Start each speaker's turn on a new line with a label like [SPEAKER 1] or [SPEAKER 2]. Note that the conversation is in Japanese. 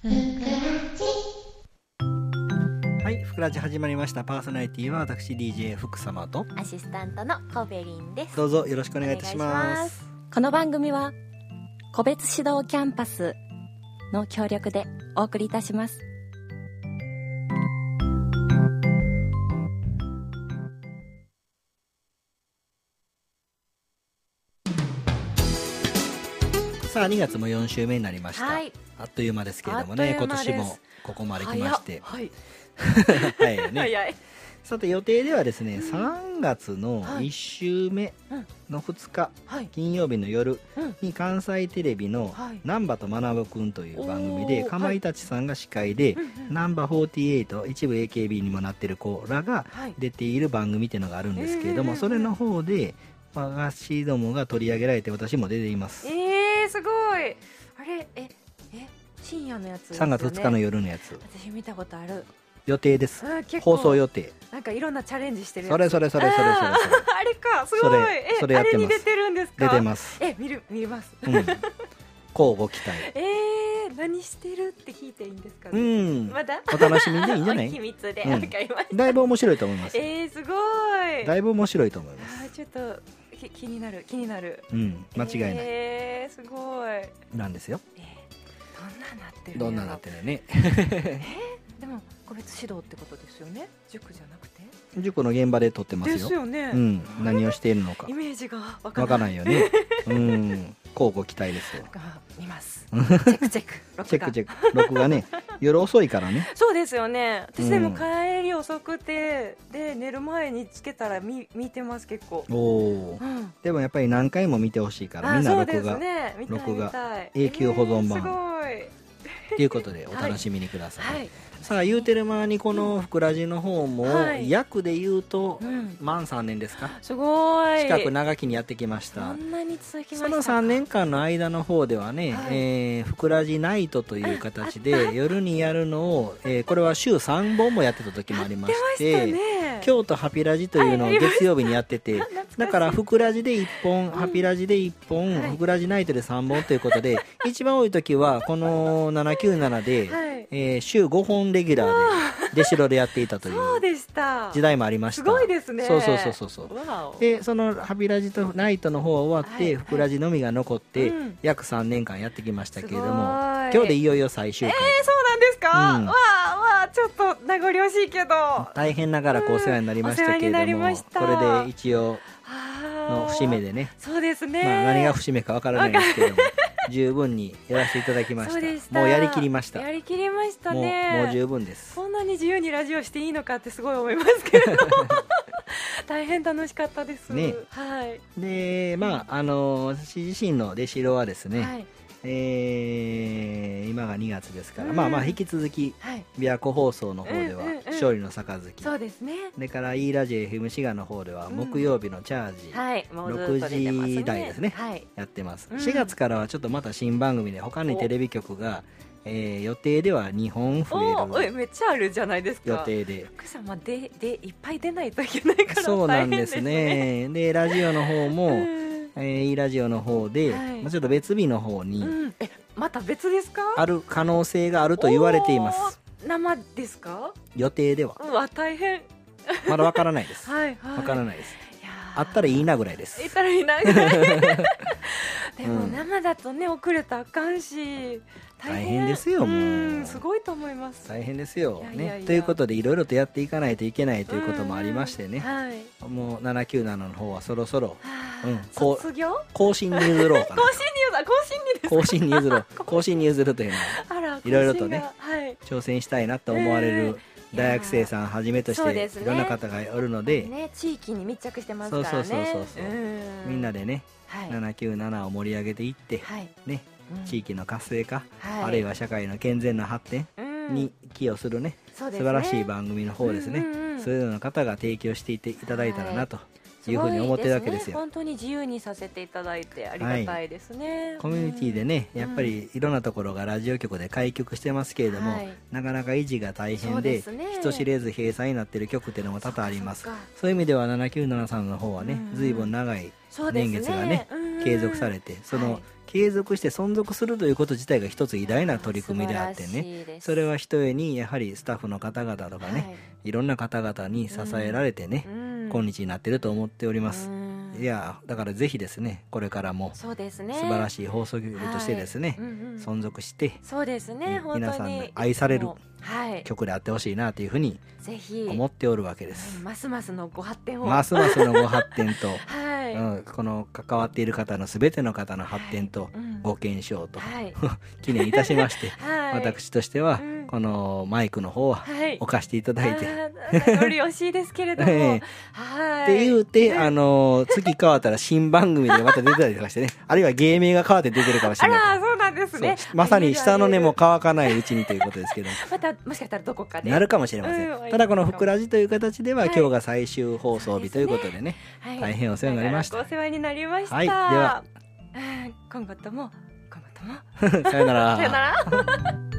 [SPEAKER 1] ふくらじ
[SPEAKER 2] はい、ふくらじ始まりました。パーソナリティは私 DJ 福様と
[SPEAKER 3] アシスタントのコベリンです。
[SPEAKER 2] どうぞよろしくお願いいたします。
[SPEAKER 4] この番組は個別指導キャンパスの協力でお送りいたします
[SPEAKER 2] さあ2月も4週目になりました。
[SPEAKER 3] はい
[SPEAKER 2] あっという間ですけれどもね、
[SPEAKER 3] あっ
[SPEAKER 2] 今
[SPEAKER 3] という間です
[SPEAKER 2] 年もここまで来まして、
[SPEAKER 3] はい。
[SPEAKER 2] はいよね。
[SPEAKER 3] 早い。
[SPEAKER 2] さて予定ではですね、3月の
[SPEAKER 3] はい
[SPEAKER 2] 1週目の2日、
[SPEAKER 3] はい。
[SPEAKER 2] 金曜日の夜
[SPEAKER 3] うん
[SPEAKER 2] に関西テレビの
[SPEAKER 3] はい
[SPEAKER 2] 「難波と学くん」という番組で
[SPEAKER 3] おー
[SPEAKER 2] かまいたちさんが司会で
[SPEAKER 3] うん
[SPEAKER 2] 「
[SPEAKER 3] うん
[SPEAKER 2] ナンバー48」一部 AKB にもなってる子らが
[SPEAKER 3] はい。
[SPEAKER 2] 出ている番組っていうのがあるんですけれども、
[SPEAKER 3] えー
[SPEAKER 2] それの方で私どもが取り上げられて私も出ています、
[SPEAKER 3] えー、すごい。あれ、え、え、深夜のやつです
[SPEAKER 2] 3
[SPEAKER 3] よね。
[SPEAKER 2] 月2日の夜のやつ
[SPEAKER 3] 私見たことある。
[SPEAKER 2] 予定です
[SPEAKER 3] うん結構
[SPEAKER 2] 放送予定
[SPEAKER 3] なんかいろんなチャレンジしてるやつ。
[SPEAKER 2] それそれそれそれそれ
[SPEAKER 3] あーあれか、すごい。
[SPEAKER 2] それ
[SPEAKER 3] え、
[SPEAKER 2] それや
[SPEAKER 3] あ
[SPEAKER 2] ってます
[SPEAKER 3] れに出てるんです
[SPEAKER 2] それ
[SPEAKER 3] か。
[SPEAKER 2] 出てます、
[SPEAKER 3] え、見る、見ます。
[SPEAKER 2] うん、交互期待
[SPEAKER 3] えー、何してるって聞いていいんですか
[SPEAKER 2] う
[SPEAKER 3] ね。
[SPEAKER 2] ん
[SPEAKER 3] まだ。
[SPEAKER 2] お楽しみでいいんじゃな
[SPEAKER 3] 秘
[SPEAKER 2] い
[SPEAKER 3] 密で。
[SPEAKER 2] うん
[SPEAKER 3] わかりました。
[SPEAKER 2] だいぶ面白いと思います
[SPEAKER 3] えー、すごい。
[SPEAKER 2] だいぶ面白いと思います
[SPEAKER 3] あーちょっとき気になる気になる
[SPEAKER 2] うん間違いない
[SPEAKER 3] えー、すごい、え
[SPEAKER 2] なんですよ
[SPEAKER 3] ー、どんななってる
[SPEAKER 2] どんななってるね
[SPEAKER 3] でも個別指導ってことですよね塾じゃなくて
[SPEAKER 2] 塾の現場で撮ってます
[SPEAKER 3] で
[SPEAKER 2] よ
[SPEAKER 3] すよね、
[SPEAKER 2] うん何をしているのか
[SPEAKER 3] イメージがわか
[SPEAKER 2] わ
[SPEAKER 3] ら
[SPEAKER 2] か
[SPEAKER 3] ない
[SPEAKER 2] らんよね うん交互期待ですよ
[SPEAKER 3] あ見ますチェックチェック 録画
[SPEAKER 2] チェックチェック録画 ね夜遅いからね
[SPEAKER 3] そうですよね
[SPEAKER 2] う
[SPEAKER 3] 私
[SPEAKER 2] ん
[SPEAKER 3] でも帰り遅くて、で寝る前につけたら見見てます結構、
[SPEAKER 2] おお
[SPEAKER 3] う
[SPEAKER 2] ー
[SPEAKER 3] ん、
[SPEAKER 2] でもやっぱり何回も見てほしいから
[SPEAKER 3] あ
[SPEAKER 2] みんな
[SPEAKER 3] そう
[SPEAKER 2] 録
[SPEAKER 3] です
[SPEAKER 2] 画、
[SPEAKER 3] ね見たい
[SPEAKER 2] 録画
[SPEAKER 3] 見たい
[SPEAKER 2] 永久保存版
[SPEAKER 3] えー、す
[SPEAKER 2] ということでお楽しみにくださ
[SPEAKER 3] ごい
[SPEAKER 2] い、
[SPEAKER 3] はい、
[SPEAKER 2] さあ言うてる間にこの「ふくらじ」の方も、
[SPEAKER 3] はい
[SPEAKER 2] 役で言うと、
[SPEAKER 3] うん、
[SPEAKER 2] 満3年ですか
[SPEAKER 3] すごい
[SPEAKER 2] 近く長きにやってきました
[SPEAKER 3] そんなに続きました
[SPEAKER 2] その3年間の間の方ではね、
[SPEAKER 3] はい
[SPEAKER 2] えー、ふくらじナイトという形
[SPEAKER 3] ああっ
[SPEAKER 2] で夜にやるのを、えーこれは週3本もやってた時もありまして
[SPEAKER 3] ね
[SPEAKER 2] 京都ハピラジというのを月曜日にやって て、だから、ふくらじで1本、ハピラジで1本、
[SPEAKER 3] はい
[SPEAKER 2] ふくらじナイトで3本ということ で、一番多い時は、この797で、
[SPEAKER 3] はい、
[SPEAKER 2] えー週5本レギュラーで、デシロでやっていたとい
[SPEAKER 3] そう
[SPEAKER 2] う
[SPEAKER 3] でした
[SPEAKER 2] 時代もありました。
[SPEAKER 3] すごいですね
[SPEAKER 2] そうそうそうそうそう。
[SPEAKER 3] わお
[SPEAKER 2] で、そのハピラジとナイトの方終わっ
[SPEAKER 3] は
[SPEAKER 2] て、
[SPEAKER 3] い
[SPEAKER 2] ふくらじのみが残って
[SPEAKER 3] うん、
[SPEAKER 2] 約3年間やってきましたけれど
[SPEAKER 3] すごい
[SPEAKER 2] も、今日でいよいよ最終回。
[SPEAKER 3] えそうなんですか、
[SPEAKER 2] うん
[SPEAKER 3] わあわあちょっと名残惜しいけどあ
[SPEAKER 2] 大変ながらこうお世話になりましたけ
[SPEAKER 3] うんお世話
[SPEAKER 2] れ
[SPEAKER 3] に
[SPEAKER 2] ど
[SPEAKER 3] なりま
[SPEAKER 2] も、
[SPEAKER 3] し
[SPEAKER 2] こ
[SPEAKER 3] た
[SPEAKER 2] れで一応の
[SPEAKER 3] あ
[SPEAKER 2] 節目でね、
[SPEAKER 3] そうですね、
[SPEAKER 2] まあ、何が節目かわからないですけども 十分にやらせていただきました
[SPEAKER 3] そうでした
[SPEAKER 2] もうやりきりました
[SPEAKER 3] やりきりました
[SPEAKER 2] もう
[SPEAKER 3] ね
[SPEAKER 2] もう十分です
[SPEAKER 3] こんなに自由にラジオしていいのかってすごい思いますけれど大変楽しかったです
[SPEAKER 2] ね
[SPEAKER 3] はい、
[SPEAKER 2] でまああの私自身の出しろはですね、
[SPEAKER 3] はい
[SPEAKER 2] えー今が2月ですから、
[SPEAKER 3] うん
[SPEAKER 2] まあまあ引き続き
[SPEAKER 3] はい
[SPEAKER 2] 琵琶湖放送の方では
[SPEAKER 3] うんうんうん
[SPEAKER 2] 「勝利の杯」
[SPEAKER 3] そうですね
[SPEAKER 2] それから E ラジオ FM 滋賀の方では
[SPEAKER 3] うん
[SPEAKER 2] 木曜日のチャージ
[SPEAKER 3] はいもうずっと出てます
[SPEAKER 2] 6時台ですね
[SPEAKER 3] はい
[SPEAKER 2] やってます、
[SPEAKER 3] うん
[SPEAKER 2] 4月からはちょっとまた新番組で他にテレビ局が、えー予定では2本
[SPEAKER 3] お
[SPEAKER 2] 増
[SPEAKER 3] ー
[SPEAKER 2] え
[SPEAKER 3] え
[SPEAKER 2] る
[SPEAKER 3] めっちゃあるじゃないですか
[SPEAKER 2] 予定で
[SPEAKER 3] 福様ででいっぱい出ないといけないから
[SPEAKER 2] そうなんですね。で、ラジオの方
[SPEAKER 3] 大変
[SPEAKER 2] も、
[SPEAKER 3] ですね
[SPEAKER 2] えー、いいラジオの方で、
[SPEAKER 3] はい
[SPEAKER 2] まあちょっと別日の方
[SPEAKER 3] うん、
[SPEAKER 2] に、
[SPEAKER 3] うんえまた別ですか
[SPEAKER 2] ある可能性があると言われています。
[SPEAKER 3] おー生ですか
[SPEAKER 2] 予定では。
[SPEAKER 3] うわ大変
[SPEAKER 2] まだわからないです。わ
[SPEAKER 3] はいはい
[SPEAKER 2] から
[SPEAKER 3] い
[SPEAKER 2] ないです。
[SPEAKER 3] やー
[SPEAKER 2] あったらいいなぐらいで
[SPEAKER 3] い
[SPEAKER 2] す。
[SPEAKER 3] たら いいなでも
[SPEAKER 2] うん
[SPEAKER 3] 生だとね遅れたらあかんし
[SPEAKER 2] 大変ですよもうん
[SPEAKER 3] すごいと思います
[SPEAKER 2] 大変ですよ。
[SPEAKER 3] いやいやい
[SPEAKER 2] ね。
[SPEAKER 3] や
[SPEAKER 2] ということで、いろいろとやっていかないといけないということもありましてね。
[SPEAKER 3] はい
[SPEAKER 2] もう797の方はそろそろ
[SPEAKER 3] はあ
[SPEAKER 2] うんこう
[SPEAKER 3] 卒業
[SPEAKER 2] 更新に譲ろうかな
[SPEAKER 3] 更。新にだ 更新にです
[SPEAKER 2] 更新に譲ろう。 更新に譲るというのは
[SPEAKER 3] あら
[SPEAKER 2] いろいろとね
[SPEAKER 3] 更新がはい
[SPEAKER 2] 挑戦したいなと思われる大学生さんはじめとし
[SPEAKER 3] そう
[SPEAKER 2] て
[SPEAKER 3] ですね
[SPEAKER 2] いろんな方がおるので、
[SPEAKER 3] ね、地域に密着してますからね
[SPEAKER 2] そうそうそうそう
[SPEAKER 3] うん
[SPEAKER 2] みんなでね、
[SPEAKER 3] はい、
[SPEAKER 2] 797を盛り上げていって、
[SPEAKER 3] はい
[SPEAKER 2] ね、
[SPEAKER 3] うん
[SPEAKER 2] 地域の活性化、
[SPEAKER 3] はい、
[SPEAKER 2] あるいは社会の健全な発展に寄与するね、素
[SPEAKER 3] 素
[SPEAKER 2] 晴らしい番組の方ですね、
[SPEAKER 3] うんうんうん
[SPEAKER 2] そういうのの方が提供していていただいたらなというふうに思ってるわけですよ。
[SPEAKER 3] 本当に自由にさせていただいてありがたいですね、
[SPEAKER 2] コミュニティでね、
[SPEAKER 3] うん
[SPEAKER 2] やっぱりいろんなところがラジオ局で開局してますけれども、
[SPEAKER 3] はい
[SPEAKER 2] なかなか維持が大変で
[SPEAKER 3] そうですね
[SPEAKER 2] 人知れず閉鎖になってる局っていうのも多々あります
[SPEAKER 3] そっか
[SPEAKER 2] そういう意味では797さんの方はね、
[SPEAKER 3] うん
[SPEAKER 2] 随分長い
[SPEAKER 3] そうです
[SPEAKER 2] 年
[SPEAKER 3] ね
[SPEAKER 2] 月がね
[SPEAKER 3] うん
[SPEAKER 2] 継続されてその
[SPEAKER 3] はい
[SPEAKER 2] 継継続して存続するということ自体が一つ偉大な取り組みであってね
[SPEAKER 4] ね
[SPEAKER 2] それはひとえにやはりスタッフの方々とかね、
[SPEAKER 4] はい
[SPEAKER 2] い、ろんな方々に支えられてね、今日になってると思っております、いやだからぜひですねこれからも素
[SPEAKER 3] そうですね
[SPEAKER 2] 晴ら
[SPEAKER 3] い
[SPEAKER 2] しい放送局としてですね、
[SPEAKER 3] うんうん
[SPEAKER 2] 存続して
[SPEAKER 3] そうです
[SPEAKER 2] ね
[SPEAKER 3] ね本当に
[SPEAKER 2] 皆さんの愛される
[SPEAKER 3] いつもはい
[SPEAKER 2] 曲であってほしいなというふうに
[SPEAKER 3] ぜひ
[SPEAKER 2] 思っておるわけです、
[SPEAKER 3] ますますのご発展を
[SPEAKER 2] ますますのご発展と、
[SPEAKER 3] はい、
[SPEAKER 2] うん、この関わっている方の全ての方の発展と
[SPEAKER 3] うん
[SPEAKER 2] ご健勝と
[SPEAKER 3] はい、
[SPEAKER 2] 記念いたしまして、
[SPEAKER 3] はい、
[SPEAKER 2] 私としては
[SPEAKER 3] うん
[SPEAKER 2] このマイクの方は
[SPEAKER 3] はい
[SPEAKER 2] 置かせていただいて、
[SPEAKER 3] あー名残惜しいですけれども、
[SPEAKER 2] ええ
[SPEAKER 3] はい
[SPEAKER 2] って言うて、
[SPEAKER 3] あ
[SPEAKER 2] あの、月変わったら新番組でまた出てたりとかして ね、あるいは芸名が変わって出てるかもしれな
[SPEAKER 3] ら
[SPEAKER 2] い。
[SPEAKER 3] そうなんですね
[SPEAKER 2] そうまさに下の根も
[SPEAKER 3] あ
[SPEAKER 2] 乾かないうちにということですけども、
[SPEAKER 3] りがとうございますまたもしかしたらどこかで
[SPEAKER 2] なるかもしれませ
[SPEAKER 3] うん
[SPEAKER 2] ん。ただこのふくらじという形では
[SPEAKER 3] はい
[SPEAKER 2] 今日が最終放送日ということでね、
[SPEAKER 3] はい
[SPEAKER 2] 大変お世話になりました
[SPEAKER 3] 長らくお世話になりました、
[SPEAKER 2] はいでは
[SPEAKER 3] うん今後とも今後と も
[SPEAKER 2] さよなら
[SPEAKER 3] さよなら